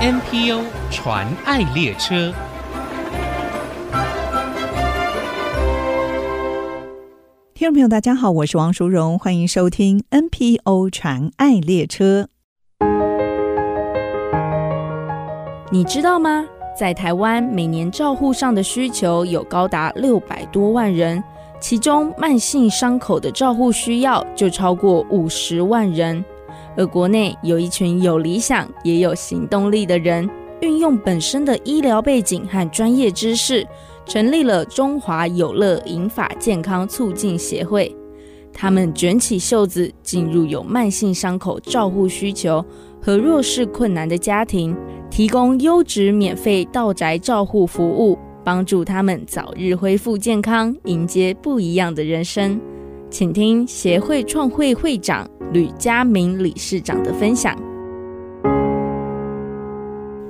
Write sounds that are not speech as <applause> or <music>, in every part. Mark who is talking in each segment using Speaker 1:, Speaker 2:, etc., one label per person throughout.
Speaker 1: NPO 传爱列车。
Speaker 2: 听众朋友，大家好，我是王淑荣，欢迎收听 NPO 传爱列车。
Speaker 3: 你知道吗？在台湾，每年照护上的需求有高达六百多万人，其中慢性伤口的照护需要就超过五十万人。而国内有一群有理想也有行动力的人，运用本身的医疗背景和专业知识，成立了中华有乐银发健康促进协会。他们卷起袖子，进入有慢性伤口照护需求和弱势困难的家庭，提供优质免费到宅照护服务，帮助他们早日恢复健康，迎接不一样的人生。请听协会创会会长吕家明理事长的分享。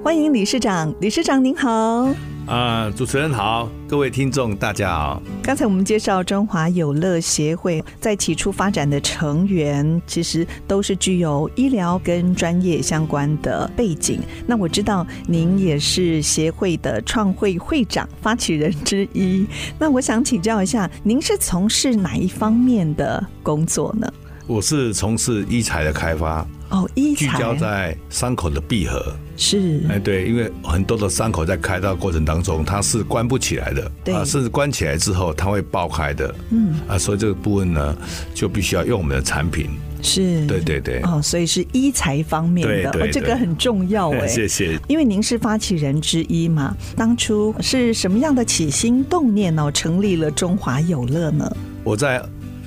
Speaker 2: 欢迎理事长，理事长您好。
Speaker 4: 啊、主持人好，各位听众大家好。
Speaker 2: 刚才我们介绍中华有乐协会在起初发展的成员，其实都是具有医疗跟专业相关的背景。那我知道您也是协会的创会会长、发起人之一。那我想请教一下，您是从事哪一方面的工作呢？
Speaker 4: 我是从事医材的开发，
Speaker 2: 哦，医
Speaker 4: 聚
Speaker 2: 材嗯
Speaker 4: 焦在伤口的闭合。
Speaker 2: 是
Speaker 4: 哎，对，因为很多的伤口在开刀过程当中，它是关不起来的，
Speaker 2: 对
Speaker 4: 啊，甚至关起来之后，它会爆开的。嗯，啊，所以这个部分呢，就必须要用我们的产品。
Speaker 2: 是，
Speaker 4: 对对对，
Speaker 2: 哦，所以是医材方面的，
Speaker 4: 对对
Speaker 2: 哦，这个
Speaker 4: 对
Speaker 2: 很重要
Speaker 4: <laughs>
Speaker 2: 哎。
Speaker 4: 谢谢。
Speaker 2: 因为您是发起人之一嘛，当初是什么样的起心动念哦，成立了中华有乐呢？
Speaker 4: 我在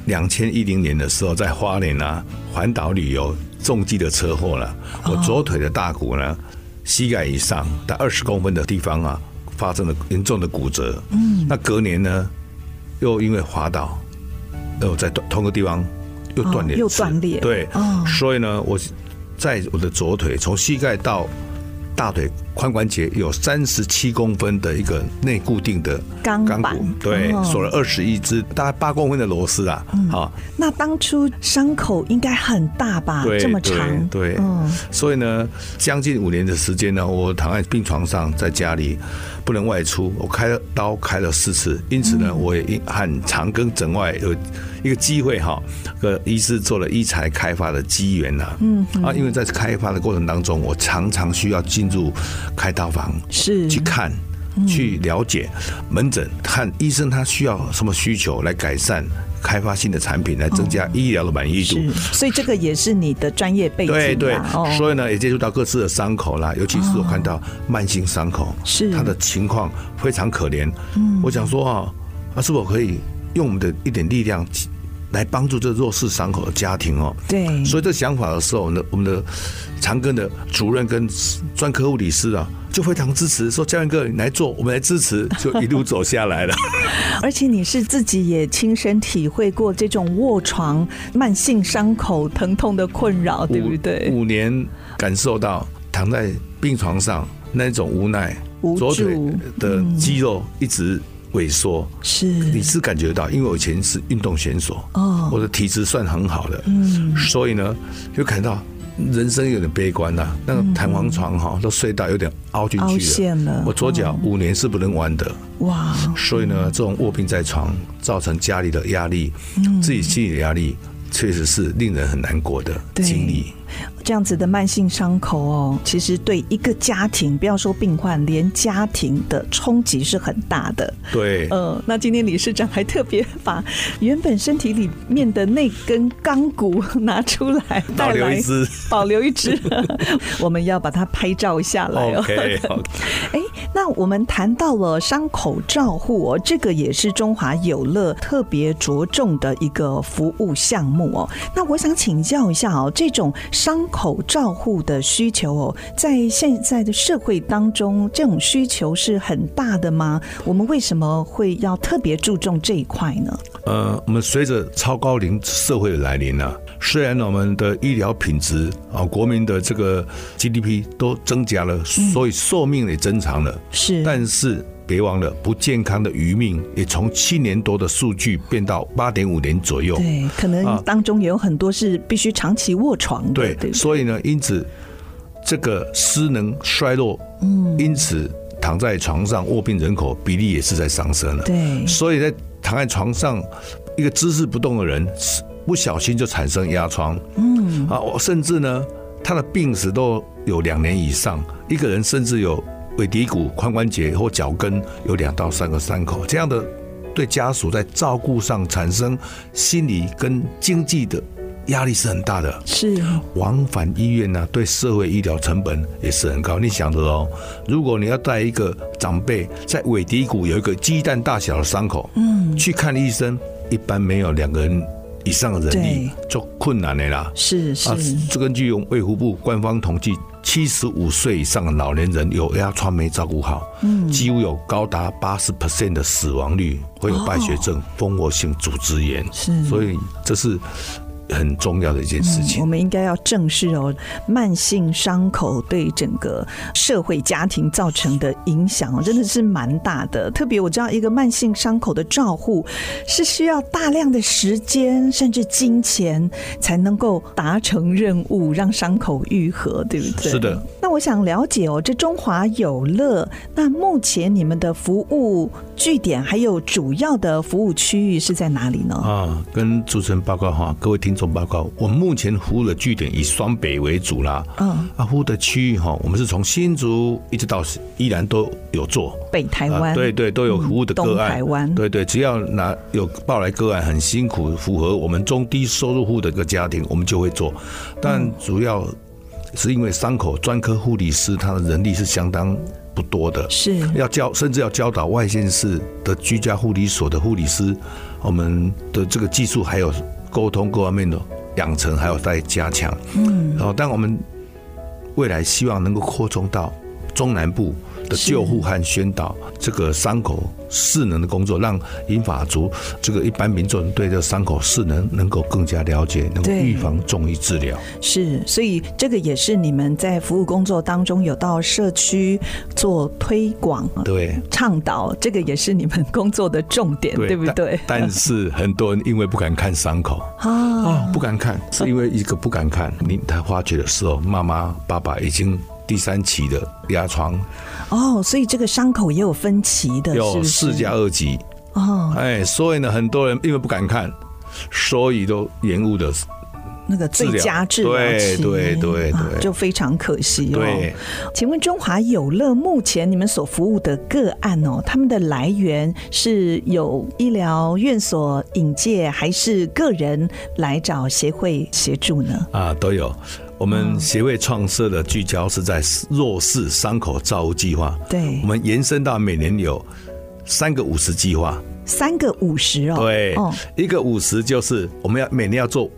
Speaker 4: 两千一零年的时候，在花莲啊环岛旅游，重击的车祸了，
Speaker 2: 哦
Speaker 4: 我左腿的大骨呢，膝盖以上大二十公分的地方啊，发生了严重的骨折。嗯，那隔年呢，又因为滑倒，又在同同个地方又断裂一
Speaker 2: 哦又
Speaker 4: 次、
Speaker 2: 断裂
Speaker 4: 对，
Speaker 2: 哦
Speaker 4: 所以呢，我在我的左腿从膝盖到大腿髋关节有三十七公分的一个内固定的
Speaker 2: 钢板
Speaker 4: 骨，对，
Speaker 2: 哦嗯
Speaker 4: 锁了二十一只大概八公分的螺丝啊，好、
Speaker 2: 那当初伤口应该很大吧？
Speaker 4: 对
Speaker 2: 这么长，
Speaker 4: 对对
Speaker 2: 嗯，
Speaker 4: 所以呢，将近五年的时间呢，我躺在病床上，在家里不能外出，我开了刀开了四次，因此
Speaker 2: 嗯
Speaker 4: 呢，我也因很长庚诊外有一个机会哈，呃，医师做了医材开发的机缘呐，嗯，啊，因为在开发的过程当中，我常常需要进入开刀房，
Speaker 2: 是
Speaker 4: 去看。
Speaker 2: 嗯
Speaker 4: 去了解门诊，看医生他需要什么需求来改善，开发新的产品来增加医疗的满意度。
Speaker 2: 哦是，所以这个也是你的专业背景啦，
Speaker 4: 对对，
Speaker 2: 哦，
Speaker 4: 所以呢，也接触到各式的伤口啦，尤其是我看到慢性伤口，
Speaker 2: 是
Speaker 4: 他的情况非常可怜。嗯，我想说啊，啊，是否可以用我们的一点力量来帮助这弱势伤口的家庭哦？
Speaker 2: 对，
Speaker 4: 所以这想法的时候呢，我们的长庚的主任跟专科护理师啊，就非常支持，说教练哥你来做，我们来支持，就一路走下来了。
Speaker 2: 而且你是自己也亲身体会过这种卧床慢性伤口疼痛的困扰， <laughs> 对不对？
Speaker 4: 五五年感受到躺在病床上那种无奈，
Speaker 2: 无助
Speaker 4: 左腿的肌肉一直萎缩，
Speaker 2: 是
Speaker 4: 你是感觉到，因为我以前是运动选手，
Speaker 2: 哦
Speaker 4: 我的体质算很好的，嗯，所以呢，就感到人生有点悲观了、啊那个弹簧床哈、都睡到有点凹进
Speaker 2: 嗯凹
Speaker 4: 去
Speaker 2: 陷了
Speaker 4: 我左脚五年是不能弯的，
Speaker 2: 哇，
Speaker 4: 所以呢，这种卧病在床，造成家里的压力，自己心理的压力，确实是令人很难过的
Speaker 2: 对
Speaker 4: 经历。
Speaker 2: 这样子的慢性伤口哦，其实对一个家庭，不要说病患，连家庭的冲击是很大的。
Speaker 4: 对，
Speaker 2: 呃，那今天理事长还特别把原本身体里面的那根钢骨拿出来，
Speaker 4: 保留
Speaker 2: 带来
Speaker 4: 一只，
Speaker 2: <laughs> 保留一
Speaker 4: <laughs>
Speaker 2: 只，我们要把它拍照下来哦。 <laughs>
Speaker 4: OK，好
Speaker 2: 哎，那我们谈到了伤口照护哦，这个也是中华有乐特别着重的一个服务项目哦。那我想请教一下哦，这种伤口照护的需求哦，在现在的社会当中，这种需求是很大的吗？我们为什么会要特别注重这一块呢？
Speaker 4: 呃，我们随着超高龄社会的来临呢、虽然我们的医疗品质啊、国民的这个 GDP 都增加了，
Speaker 2: 嗯
Speaker 4: 所以寿命也增长了，
Speaker 2: 是，
Speaker 4: 但是别忘了不健康的余命也从七年多的数据变到八点五年左右。
Speaker 2: 对，可能
Speaker 4: 啊
Speaker 2: 当中也有很多是必须长期卧床的，
Speaker 4: 对
Speaker 2: 对不对
Speaker 4: 所以呢，因此这个失能衰弱，嗯，因此躺在床上卧病人口比例也是在上升了。
Speaker 2: 对，
Speaker 4: 所以在躺在床上一个姿势不动的人，是不小心就产生压疮，嗯啊，我甚至呢，他的病史都有两年以上，一个人甚至有尾骶骨、髋关节或脚跟有两到三个伤口，这样的对家属在照顾上产生心理跟经济的压力是很大的。
Speaker 2: 是
Speaker 4: 往返医院呢、对社会医疗成本也是很高。你想得哦，如果你要带一个长辈在尾骶骨有一个鸡蛋大小的伤口，嗯，去看医生，一般没有两个人以上的人力就困难的啦。
Speaker 2: 是是、
Speaker 4: 啊，这根据用卫福部官方统计，七十五岁以上的老年人有压疮没照顾好，嗯，几乎有高达八十 percent 的死亡率，会有败血症、蜂窝性组织炎，
Speaker 2: 哦是
Speaker 4: 所以这是很重要的一件事
Speaker 2: 嗯
Speaker 4: 情。
Speaker 2: 我们应该要正视哦，慢性伤口对整个社会家庭造成的影响哦，真的是蛮大的。特别我知道，一个慢性伤口的照护是需要大量的时间甚至金钱才能够达成任务，让伤口愈合，对不对？
Speaker 4: 是的。
Speaker 2: 那我想了解哦，这中华有乐，那目前你们的服务据点还有主要的服务区域是在哪里呢？
Speaker 4: 啊，跟主持人报告哈，各位听众报告，我们目前服务的据点以双北为主啦。
Speaker 2: 嗯，
Speaker 4: 啊，服务的区域哈，我们是从新竹一直到依然都有做。
Speaker 2: 北台湾、嗯
Speaker 4: 啊，对对，都有服务的
Speaker 2: 东
Speaker 4: 个案。
Speaker 2: 台湾
Speaker 4: 对对，只要拿有报来个案，很辛苦，符合我们中低收入户的一个家庭，我们就会做。
Speaker 2: 嗯
Speaker 4: 但主要是因为伤口专科护理师他的人力是相当不多的，
Speaker 2: 是
Speaker 4: 要教，甚至要教导外县市的居家护理所的护理师，我们的这个技术还有沟通各方面的养成，还有待加强。嗯，然后，但我们未来希望能够扩充到中南部的救护和宣导这个伤口势能的工作，让银发族这个一般民众对这个伤口势能能够更加了解，能够
Speaker 2: 对
Speaker 4: 预防重于治疗。
Speaker 2: 是，所以这个也是你们在服务工作当中有到社区做推广、
Speaker 4: 对。
Speaker 2: 倡导，这个也是你们工作的重点，对不
Speaker 4: 但
Speaker 2: 对？
Speaker 4: 但是很多人因为不敢看伤口，
Speaker 2: 啊，
Speaker 4: 哦，不敢看，是因为一个不敢看。你他发觉的时候，妈妈、爸爸已经第三期的压疮，
Speaker 2: 哦，所以这个伤口也有分歧的，嗯是
Speaker 4: 有
Speaker 2: 不是
Speaker 4: 四加二级，
Speaker 2: 哦，
Speaker 4: 哎，所以呢，很多人因为不敢看，所以都延误的。
Speaker 2: 那个最
Speaker 4: 治疗
Speaker 2: 佳治疗
Speaker 4: 对
Speaker 2: 期，
Speaker 4: 对对
Speaker 2: 啊
Speaker 4: 对
Speaker 2: 就非常可惜哦。
Speaker 4: 对，
Speaker 2: 请问中华有乐目前你们所服务的个案哦，他们的来源是有医疗院所引介，还是个人来找协会协助呢？
Speaker 4: 啊，都有。我
Speaker 2: 嗯
Speaker 4: 们协会创设的聚焦是在弱势伤口照护计划，
Speaker 2: 对
Speaker 4: 我们延伸到每年有三个五十计划，
Speaker 2: 三个五十哦，
Speaker 4: 对
Speaker 2: 哦，，
Speaker 4: 一个五十就是我们要每年要做，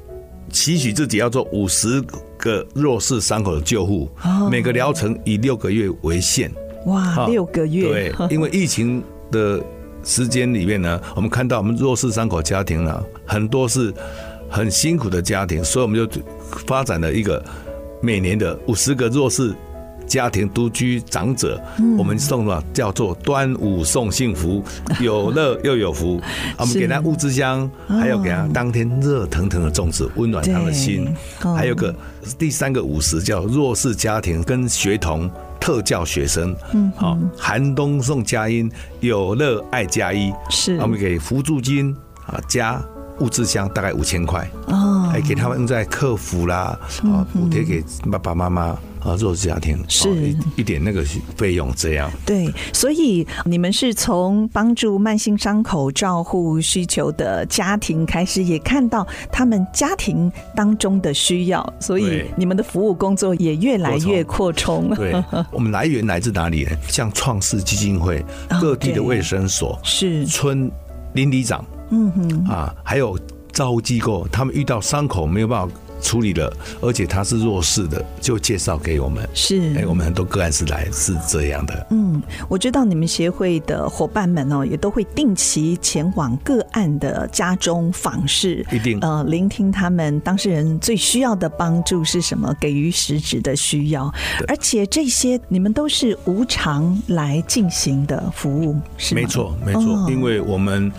Speaker 4: 期许自己要做五十个弱势伤口的救护，
Speaker 2: 哦
Speaker 4: 每个疗程以六个月为限。
Speaker 2: 哇，
Speaker 4: 啊
Speaker 2: 六个月， <laughs>
Speaker 4: 对，因为疫情的时间里面呢，我们看到我们弱势伤口家庭呢，很多是很辛苦的家庭，所以我们就发展了一个每年的五十个弱势。家庭独居长者，
Speaker 2: 嗯
Speaker 4: 我们送了叫做“端午送
Speaker 2: <laughs>
Speaker 4: 幸福”，有乐又有福。啊我们
Speaker 2: 是哦
Speaker 4: 给他物资箱，还有给他当天热腾腾的粽子，温暖他的心。
Speaker 2: 对嗯
Speaker 4: 还有个第三个五十叫弱势家庭跟学童特教学生，嗯，好，寒冬送佳音，有乐爱加一，
Speaker 2: 是
Speaker 4: 那我们给扶助金啊加物资箱大概五千块，哎
Speaker 2: 哦，嗯
Speaker 4: 还给他们用在客服啦，啊补贴给爸爸妈妈啊弱势家庭，
Speaker 2: 是
Speaker 4: 哦一一点那个费用这
Speaker 2: <laughs>
Speaker 4: 样。
Speaker 2: 对，所以你们是从帮助慢性伤口照护需求的家庭开始，也看到他们家庭当中的需要，所以
Speaker 4: 对
Speaker 2: 你们的服务工作也越来越扩充。
Speaker 4: 对，我们来源来自哪里呢？像创世基金会、
Speaker 2: 哦
Speaker 4: 各地的
Speaker 2: 对
Speaker 4: 卫生所、
Speaker 2: <laughs> 是，
Speaker 4: 村邻里长，
Speaker 2: 嗯哼，
Speaker 4: 啊，还有照护机构，他们遇到伤口没有办法处理了，而且他是弱势的，就介绍给我们。
Speaker 2: 是。
Speaker 4: 哎，我们很多个案是来是这样的，
Speaker 2: 嗯，我知道你们协会的伙伴们哦，也都会定期前往个案的家中访视，
Speaker 4: 一定
Speaker 2: 呃，聆听他们当事人最需要的帮助是什么，给予实质的需要，而且这些你们都是无偿来进行的服务，是吗
Speaker 4: 没，错没
Speaker 2: 哦
Speaker 4: 错，因为我们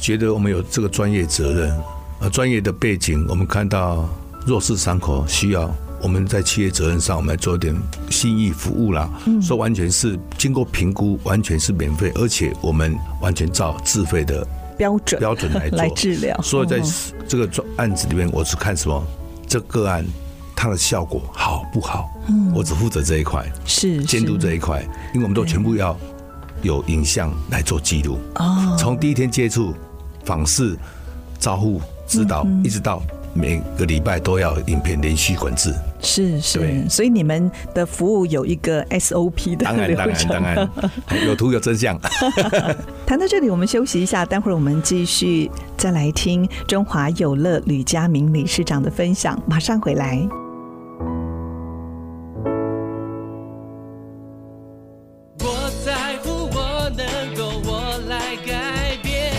Speaker 4: 觉得我们有这啊个专业责任，呃，专业的背景，我们看到弱势伤口需要我们在企业责任上，我们做一点心意服务啦。
Speaker 2: 嗯
Speaker 4: 说完全是经过评估，完全是免费，而且我们完全照自费的
Speaker 2: 标准
Speaker 4: 标准来
Speaker 2: <laughs>
Speaker 4: 做
Speaker 2: 来治疗，
Speaker 4: 所以在
Speaker 2: 嗯
Speaker 4: 这个专案子里面，我是看什么这个案它的效果好不好，我只负责这一块，
Speaker 2: 是
Speaker 4: 监督
Speaker 2: 是
Speaker 4: 这一块，因为我们都全部要有影像来做记录，
Speaker 2: 哦，
Speaker 4: 从第一天接触、访视、照护、指导，一直到每个礼拜都要影片连续管制。
Speaker 2: 是是，
Speaker 4: 对
Speaker 2: 所以你们的服务有一个 SOP 的
Speaker 4: 当然，
Speaker 2: 流
Speaker 4: 当然，
Speaker 2: 程。
Speaker 4: 当然，有图有真相。
Speaker 2: 谈到这里，我们休息一下，待会儿我们继续再来听中华有乐吕佳明理事长的分享，马上回来。
Speaker 1: 我在乎我能够我来改变。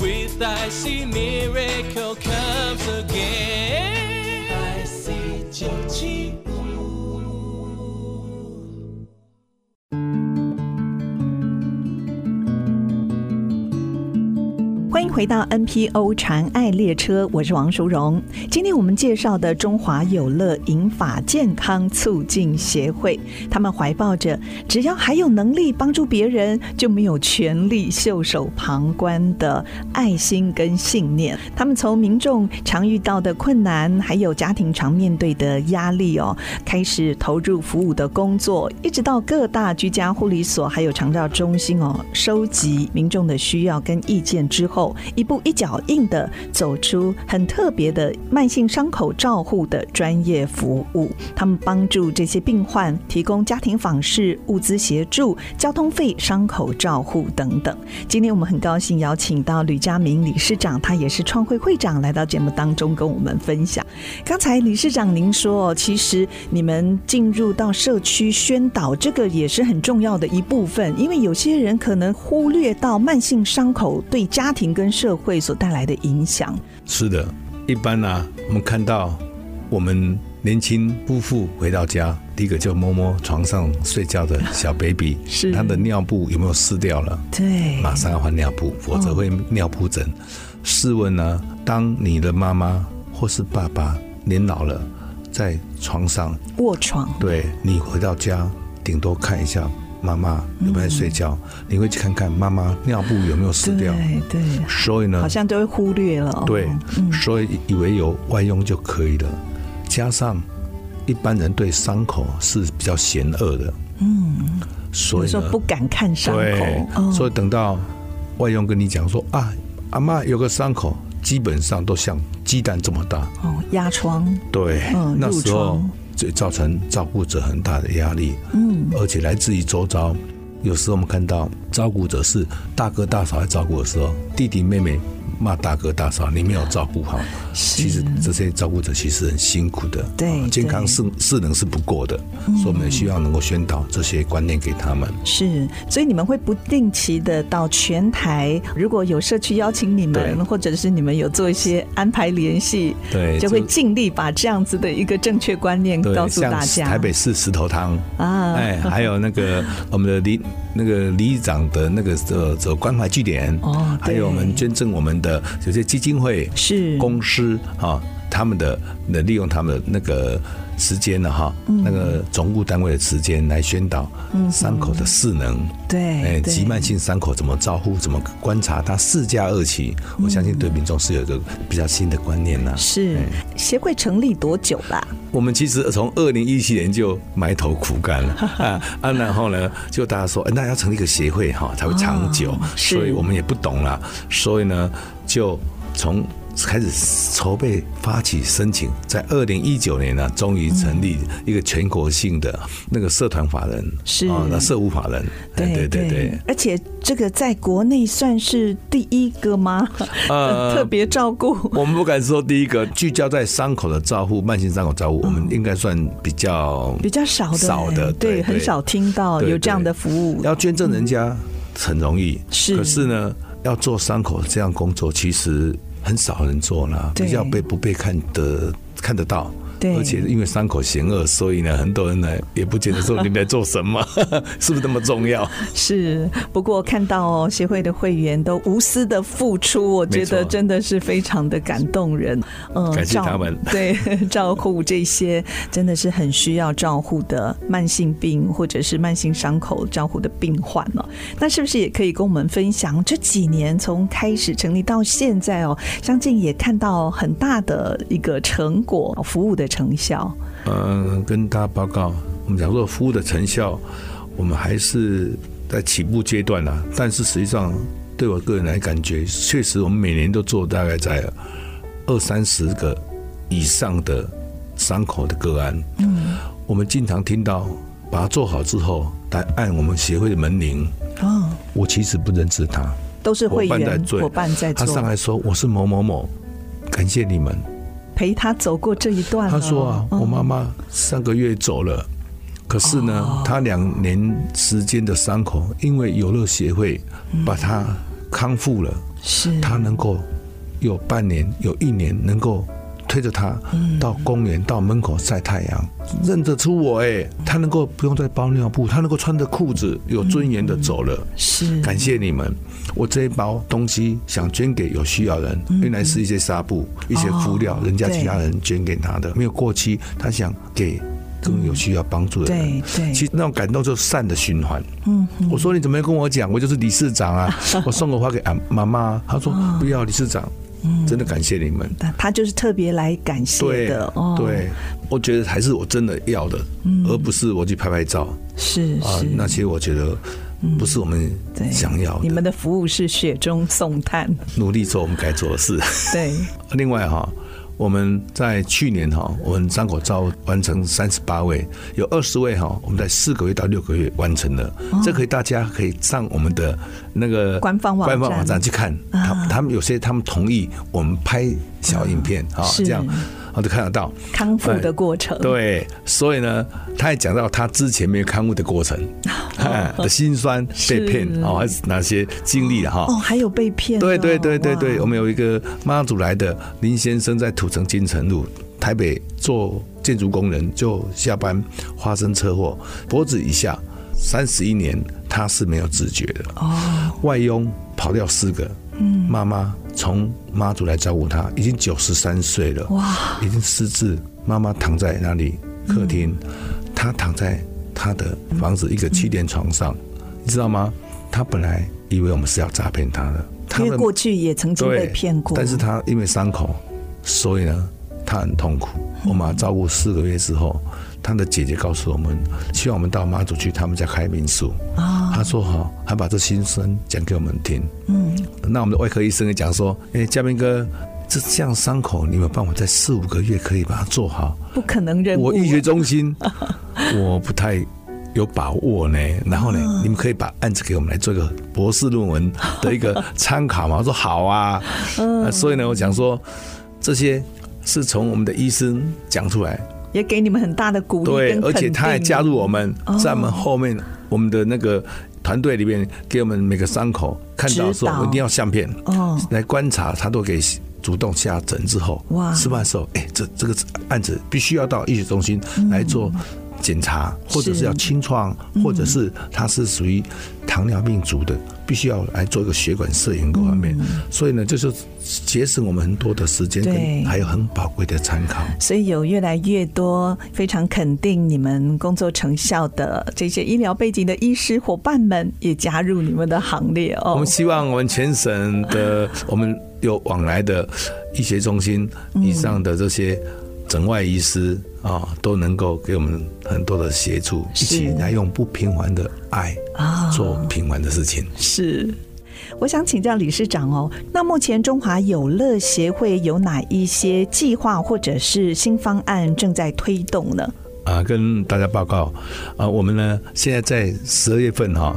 Speaker 1: With I see miracle comes again。I see 九七
Speaker 2: 欢迎回到 NPO 禅爱列车，我是王淑荣。今天我们介绍的中华有乐银发健康促进协会，他们怀抱着只要还有能力帮助别人，就没有权利袖手旁观的爱心跟信念。他们从民众常遇到的困难，还有家庭常面对的压力哦，开始投入服务的工作，一直到各大居家护理所还有长照中心哦，收集民众的需要跟意见之后，一步一脚印的走出很特别的慢性伤口照护的专业服务。他们帮助这些病患提供家庭访视、物资协助、交通费、伤口照护等等。今天我们很高兴邀请到吕佳明理事长，他也是创会会长，来到节目当中跟我们分享。刚才理事长您说，哦，其实你们进入到社区宣导，这个也是很重要的一部分，因为有些人可能忽略到慢性伤口对家庭跟社会所带来的影响。
Speaker 4: 是的，一般呢、我们看到我们年轻夫妇回到家，第一个就摸摸床上睡觉的小 baby，
Speaker 2: 是
Speaker 4: 他的尿布有没有湿掉了，
Speaker 2: 对
Speaker 4: 马上要换尿布，否则会尿布疹。试问呢，当你的妈妈或是爸爸年老了，在床上，
Speaker 2: 卧床
Speaker 4: 对你回到家，顶多看一下妈妈有没有在睡觉，你会去看看妈妈尿布有没有湿掉。
Speaker 2: 对对，
Speaker 4: 所以呢，
Speaker 2: 好像都会忽略了哦。
Speaker 4: 对，所以以为有外用就可以了。加上一般人对伤口是比较嫌恶的，嗯，所
Speaker 2: 有
Speaker 4: 以
Speaker 2: 时
Speaker 4: 呢
Speaker 2: 候不敢看伤
Speaker 4: 啊对
Speaker 2: 口，，哦
Speaker 4: 所以等到外佣跟你讲说啊，阿妈有个伤口，基本上都像鸡蛋这么大，
Speaker 2: 哦，压疮
Speaker 4: 对，
Speaker 2: 嗯
Speaker 4: 那时
Speaker 2: 褥
Speaker 4: 候
Speaker 2: 疮
Speaker 4: 就造成照顾者很大的压力，
Speaker 2: 嗯，
Speaker 4: 而且来自于周遭。有时候我们看到照顾者是大哥大嫂在照顾的时候，弟弟妹妹骂大哥大嫂，你没有照顾好。其实这些照顾者其实很辛苦的，
Speaker 2: 对嗯
Speaker 4: 啊健康
Speaker 2: 对
Speaker 4: 是是能是不够的，所以我们希望能够宣导这些观念给他们。
Speaker 2: 嗯是，所以你们会不定期的到全台，如果有社区邀请你们，
Speaker 4: 对
Speaker 2: 或者是你们有做一些安排联系，
Speaker 4: 对
Speaker 2: 就会
Speaker 4: 就
Speaker 2: 尽力把这样子的一个正确观念
Speaker 4: 对，
Speaker 2: 告诉大
Speaker 4: 像
Speaker 2: 家。
Speaker 4: 台北市石头汤
Speaker 2: 啊
Speaker 4: 哎，还有
Speaker 2: <laughs>
Speaker 4: 那个我们的李那个李长的那个呃这关怀据点
Speaker 2: 哦对
Speaker 4: 还有我们捐赠我们的有些基金会
Speaker 2: 是
Speaker 4: 公司啊，他们的那利用他们的那个时间呢哈，
Speaker 2: 嗯
Speaker 4: 那个总务单位的时间来宣导伤口的势能。
Speaker 2: 对，
Speaker 4: 哎，
Speaker 2: 对
Speaker 4: 急慢性伤口怎么照顾，怎么观察它四加二期，我相信对民众是有一个比较新的观念呐、
Speaker 2: 是
Speaker 4: 哎
Speaker 2: 协会成立多久啦？
Speaker 4: 我们其实从二零一七年就埋头苦干了啊啊，然后呢，就大家说，哎那要成立一个协会哈，才会长久，
Speaker 2: 是
Speaker 4: 所以我们也不懂啦，所以呢，就从开始筹备、发起申请，在二零一九年呢、终于成立一个全国性的那个社团法人，
Speaker 2: 是
Speaker 4: 啊，那社务法人，哎对对对，
Speaker 2: 而且这个在国内算是第一个吗？<laughs>
Speaker 4: 呃
Speaker 2: 特别照顾
Speaker 4: <laughs> 我们不敢说第一个聚焦在伤口的照护，慢性伤口照护，我们应该算比较
Speaker 2: 比较少的，
Speaker 4: 少的，
Speaker 2: 对，
Speaker 4: 对，
Speaker 2: 很
Speaker 4: 对
Speaker 2: 少听到
Speaker 4: 对
Speaker 2: 有这样
Speaker 4: 对
Speaker 2: 的服务。
Speaker 4: 要捐赠人家很容易，
Speaker 2: 是
Speaker 4: 可是呢，要做伤口这样工作，其实很少人做啦，
Speaker 2: 对
Speaker 4: 比较被不被看得看得到。
Speaker 2: 对
Speaker 4: 而且因为伤口险恶，所以呢，很多人呢也不觉得说你们在做什么， <laughs> 是不是那么重要？
Speaker 2: 是，不过看到哦，协会的会员都无私的付出，我觉
Speaker 4: 没
Speaker 2: 得
Speaker 4: 错
Speaker 2: 真的是非常的感动人。嗯
Speaker 4: 感谢
Speaker 2: 照
Speaker 4: 他们
Speaker 2: 对 <laughs> 照顾这些真的是很需要照顾的慢性病或者是慢性伤口照顾的病患哦。那是不是也可以跟我们分享这几年从开始成立到现在哦，相信也看到很大的一个成果，服务的成效。
Speaker 4: 嗯，跟大家报告，我们讲说服务的成效，我们还是在起步阶段啦、但是实际上，对我个人来感觉，确实我们每年都做大概在二三十个以上的伤口的个案。嗯，我们经常听到，把它做好之后，来按我们协会的门铃。
Speaker 2: 哦，
Speaker 4: 我其实不认识他，
Speaker 2: 都是
Speaker 4: 伙
Speaker 2: 会
Speaker 4: 伴在
Speaker 2: 员
Speaker 4: 做，
Speaker 2: 伙伴在
Speaker 4: 他上
Speaker 2: 做，
Speaker 4: 来说我是某某某，感谢你们。
Speaker 2: 陪他走过这一段了。
Speaker 4: 他说啊，
Speaker 2: 嗯
Speaker 4: 我妈妈上个月走了，可是
Speaker 2: 哦
Speaker 4: 呢，她两年时间的伤口，因为游乐协会
Speaker 2: 嗯
Speaker 4: 把她康复了，
Speaker 2: 是
Speaker 4: 她能够有半年、有一年能够。推着她
Speaker 2: 嗯
Speaker 4: 到公园、到门口晒太阳，认得出我哎、她能够不用再包尿布，她能够穿着裤子有尊严
Speaker 2: 嗯
Speaker 4: 的走了。
Speaker 2: 是
Speaker 4: 感谢你们，我这一包东西想捐给有需要人，原来是一些纱布、一些敷料
Speaker 2: 嗯哦，
Speaker 4: 人家
Speaker 2: 对
Speaker 4: 其他人捐给他的，没有过期，他想给更有需要帮助的
Speaker 2: 对。
Speaker 4: 人
Speaker 2: 对
Speaker 4: 其实那种感动就是善的循环。嗯，我说你怎么没跟我讲？我就是理事
Speaker 2: <laughs>
Speaker 4: 长啊，我送个花给俺妈妈啊，她说
Speaker 2: 哦
Speaker 4: 不要，理事长，真的感谢你们。
Speaker 2: 他他就是特别来感嗯谢
Speaker 4: 对
Speaker 2: 的哦，，
Speaker 4: 对，我觉得还是我真的要的，而不是我去拍拍照
Speaker 2: 是
Speaker 4: 啊
Speaker 2: 是，，嗯
Speaker 4: 那些我觉得不是我们
Speaker 2: 对
Speaker 4: 想要
Speaker 2: 你
Speaker 4: 的。
Speaker 2: 们的服务是雪中送炭， <laughs>
Speaker 4: 努力做我们该做的事。 <laughs>
Speaker 2: 对，
Speaker 4: 另外哈、我们在去年哈、我们张口罩完成三十八位，有二十位哈、我们在四个月到六个月完成了。这可以大家可以上我们的那个
Speaker 2: 哦官方网站啊
Speaker 4: 官方网站去看，他他们有些他们同意我们拍小影片
Speaker 2: 嗯
Speaker 4: 哈、
Speaker 2: 是嗯
Speaker 4: 这样啊都看得到。
Speaker 2: 康复的过程，
Speaker 4: 对，所以呢，他也讲到他之前没有看过的
Speaker 2: <laughs>
Speaker 4: 过程，哎的辛酸、被骗
Speaker 2: 哦是
Speaker 4: 哦，还是哪些经历啊哈、
Speaker 2: 哦，还有被骗的哦，
Speaker 4: 对对对对对，
Speaker 2: 哇
Speaker 4: 我们有一个妈祖来的林先生，在土城金城路台北做建筑工人，就下班发生车祸，脖子以下三十一年，他是没有知觉的。
Speaker 2: 哦，
Speaker 4: 外佣跑掉四个，嗯，妈妈从妈祖来照顾他，已经九十三岁了，
Speaker 2: 哇，
Speaker 4: 已经失智，妈妈躺在那里客厅，她躺在她的房子一个气垫床上，你知道吗？她本来以为我们是要诈骗她的，她
Speaker 2: 因为
Speaker 4: 们
Speaker 2: 过去也曾经
Speaker 4: 对
Speaker 2: 被骗过，
Speaker 4: 但是她因为伤口，所以呢，她很痛苦。
Speaker 2: 嗯
Speaker 4: 我妈照顾四个月之后，她的姐姐告诉我们，希望我们到妈祖去他们家开民宿。
Speaker 2: 啊，
Speaker 4: 她说好，还把这心声讲给我们听。
Speaker 2: 嗯，
Speaker 4: 那我们的外科医生也讲说，哎、嘉宾哥，这这样伤口，你有没有办法在四五个月可以把它做好？
Speaker 2: 不可能任务
Speaker 4: 我
Speaker 2: 啊，
Speaker 4: 医学中心，我不太有把握呢。然后呢，你们可以把案子给我们来做一个博士论文的一个参考嘛？我说好啊，那所以呢，我讲说这些是从我们的医生讲出来，
Speaker 2: 也给你们很大的鼓励
Speaker 4: 对
Speaker 2: 跟，
Speaker 4: 而且
Speaker 2: 肯
Speaker 4: 他还
Speaker 2: 定哦
Speaker 4: 加入我们，在我们后面我们的那个团队里面，给我们每个伤口看到
Speaker 2: 指
Speaker 4: 说
Speaker 2: 导
Speaker 4: 我一定要相片
Speaker 2: 哦
Speaker 4: 来观察，他都给主动下诊之后，
Speaker 2: 哇
Speaker 4: 吃饭的时候，哎，这这个案子必须要到医学中心来做检查，或者
Speaker 2: 是
Speaker 4: 是要清创，或者是他是属于糖尿病足的，必须要来做一个血管摄影各方面，
Speaker 2: 嗯
Speaker 4: 所以呢，就是节省我们很多的时间，
Speaker 2: 对
Speaker 4: 跟还有很宝贵的参考。
Speaker 2: 所以有越来越多非常肯定你们工作成效的这些医疗背景的医师伙伴们也加入你们的行列哦。
Speaker 4: 我们希望我们全省的我们有往来的医学中心
Speaker 2: 嗯
Speaker 4: 以上的这些整外医师啊，都能够给我们很多的协助，一
Speaker 2: 是
Speaker 4: 起来用不平凡的爱
Speaker 2: 啊
Speaker 4: 做平凡的事情。
Speaker 2: 是。我想请教理事长哦，那目前中华有乐协会有哪一些计划或者是新方案正在推动呢？
Speaker 4: 啊，跟大家报告啊，我们呢现在在十二月份哈、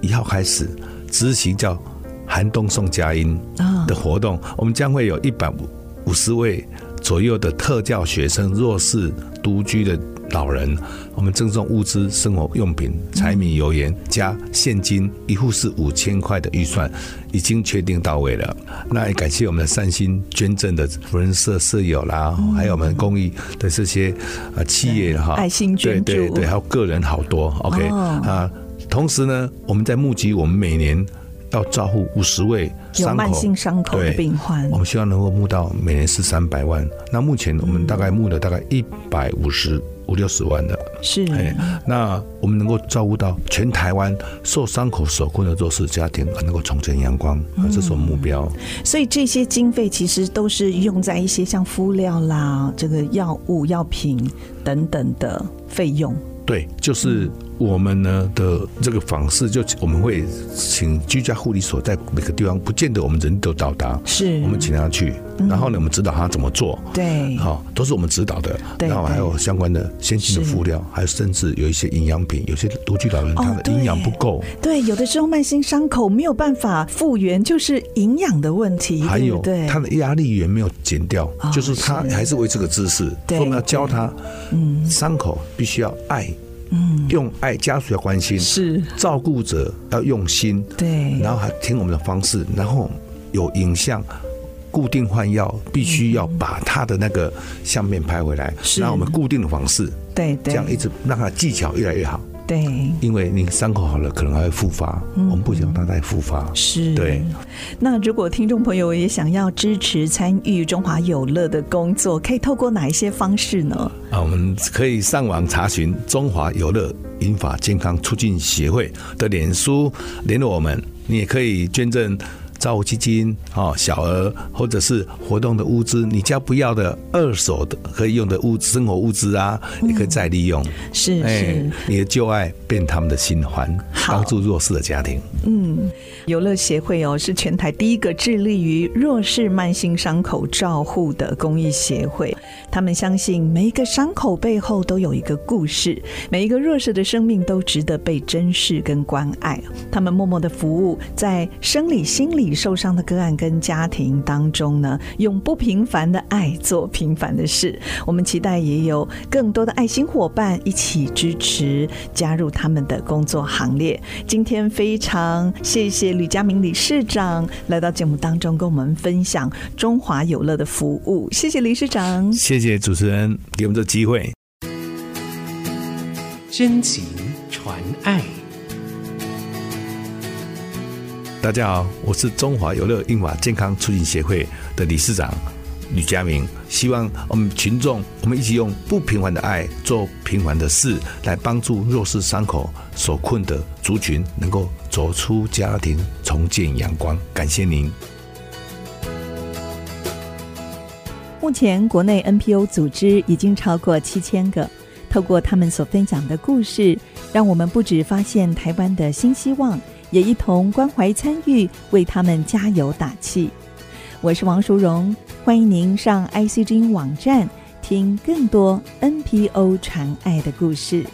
Speaker 4: 一号开始执行叫寒冬送佳音
Speaker 2: 啊
Speaker 4: 的活动，我们将会有一百五十位左右的特教学生、弱势独居的老人，我们赠送物资、生活用品、柴米油盐加现金，一户是五千块的预算，已经确定到位了。那也感谢我们的善心捐赠的福人社社友啦，还有我们公益的这些呃企业哈，
Speaker 2: 嗯爱心捐助
Speaker 4: 对对对，还有个人好多，OK
Speaker 2: 哦
Speaker 4: 啊。同时呢，我们在募集，我们每年要照顾五十位
Speaker 2: 有
Speaker 4: 伤
Speaker 2: 慢
Speaker 4: 口
Speaker 2: 性伤口的
Speaker 4: 对
Speaker 2: 病患
Speaker 4: 我，们希望能够募到每年是三百万。那目前我们大概募了大概一百五十五六十万的，
Speaker 2: 是
Speaker 4: 哎，那我们能够照顾到全台湾受伤口所困的弱势家庭，能够重见阳光，啊
Speaker 2: 嗯
Speaker 4: 这是我们目标。
Speaker 2: 所以这些经费其实都是用在一些像敷料啦、这个药物、药品等等的费用。
Speaker 4: 对，就是我们呢的这个访视，就我们会请居家护理所在每个地方，不见得我们人都到达，
Speaker 2: 是嗯
Speaker 4: 我们请他去，然后呢，我们指导他怎么做。
Speaker 2: 对，
Speaker 4: 好、都是我们指导的，
Speaker 2: 对
Speaker 4: 然后还有相关的先进的
Speaker 2: 是哦
Speaker 4: 辅料，还有甚至有一些营养品，有些独居老人他的
Speaker 2: 对
Speaker 4: 营养不够，
Speaker 2: 对，有的时候慢性伤口没有办法复原，就是营养的问题，
Speaker 4: 还
Speaker 2: 对
Speaker 4: 有
Speaker 2: 不对？
Speaker 4: 他的压力源没有减掉，
Speaker 2: 哦
Speaker 4: 就是他
Speaker 2: 是
Speaker 4: 还是维持个姿势，所
Speaker 2: 对
Speaker 4: 以我们要教他，嗯，伤口必须要爱，嗯，用爱家属要关心，
Speaker 2: 是
Speaker 4: 照顾者要用心，
Speaker 2: 对
Speaker 4: 然后还听我们的方式，然后有影像。固定换药，必须要把他的那个相片拍回来，
Speaker 2: 是
Speaker 4: 然后我们固定的方式，
Speaker 2: 对
Speaker 4: 这
Speaker 2: 对
Speaker 4: 样一直让他技巧越来越好。
Speaker 2: 对。
Speaker 4: 因为你伤口好了，可能还会复发，我们不想让它再复发。
Speaker 2: 嗯是，
Speaker 4: 对。
Speaker 2: 那如果听众朋友也想要支持参与中华有乐的工作，可以透过哪一些方式呢？
Speaker 4: 啊，我们可以上网查询中华有乐银发健康促进协会的脸书联络我们，你也可以捐赠。照顾基金啊，小额或者是活动的物资，你家不要的二手的可以用的物资生活物资啊，也可以再利用。
Speaker 2: 是嗯
Speaker 4: 哎
Speaker 2: 是，
Speaker 4: 你的旧爱变他们的新欢，
Speaker 2: 好
Speaker 4: 帮助弱势的家庭。
Speaker 2: 游乐协会哦，是全台第一个致力于弱势慢性伤口照护的公益协会。他们相信每一个伤口背后都有一个故事，每一个弱势的生命都值得被珍视跟关爱。他们默默的服务在生理、心理受伤的个案跟家庭当中呢，用不平凡的爱做平凡的事。我们期待也有更多的爱心伙伴一起支持，加入他们的工作行列。今天非常谢谢吕佳明理事长来到节目当中，跟我们分享中华有乐的服务。谢谢理事长。
Speaker 4: 谢谢主持人给我们这机会。
Speaker 1: 真情传爱。
Speaker 4: 大家好，我是中华有乐英法健康促进协会的理事长吕佳明。希望我们群众，我们一起用不平凡的爱做平凡的事，来帮助弱势伤口所困的族群能够走出家庭，重见阳光。感谢您。
Speaker 5: 目前国内 NPO 组织已经超过七千个，透过他们所分享的故事，让我们不止发现台湾的新希望，也一同关怀参与，为他们加油打气。我是王淑荣，欢迎您上 IC 之音网站听更多 NPO 传爱的故事。